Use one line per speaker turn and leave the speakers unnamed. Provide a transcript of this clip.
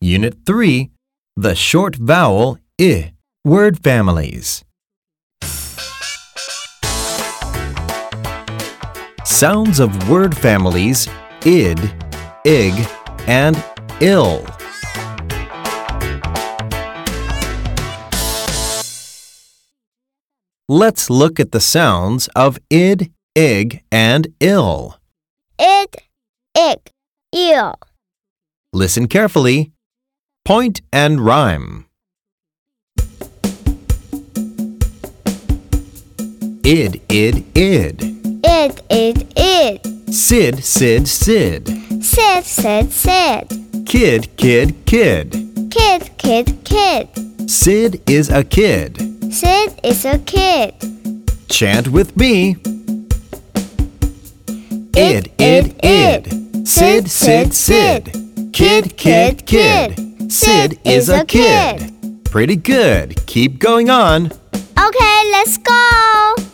Unit 3 The Short Vowel I Word Families. Sounds of word families id, ig, and ill. Let's look at the sounds of id, ig, and ill.
It, ick, eel.
Listen carefully. Point and rhyme. Id, id, id.
It, it, it.
Sid, sid, sid.
Sit, sit, sit.
Kid, kid, kid.
Kid, kid, kid.
Sid is a kid.
Sid is a kid.
Chant with me. Id, id, id. Sid, sid, sid. Kid, kid, kid. Sid is a kid. Pretty good. Keep going on.
Okay, let's go.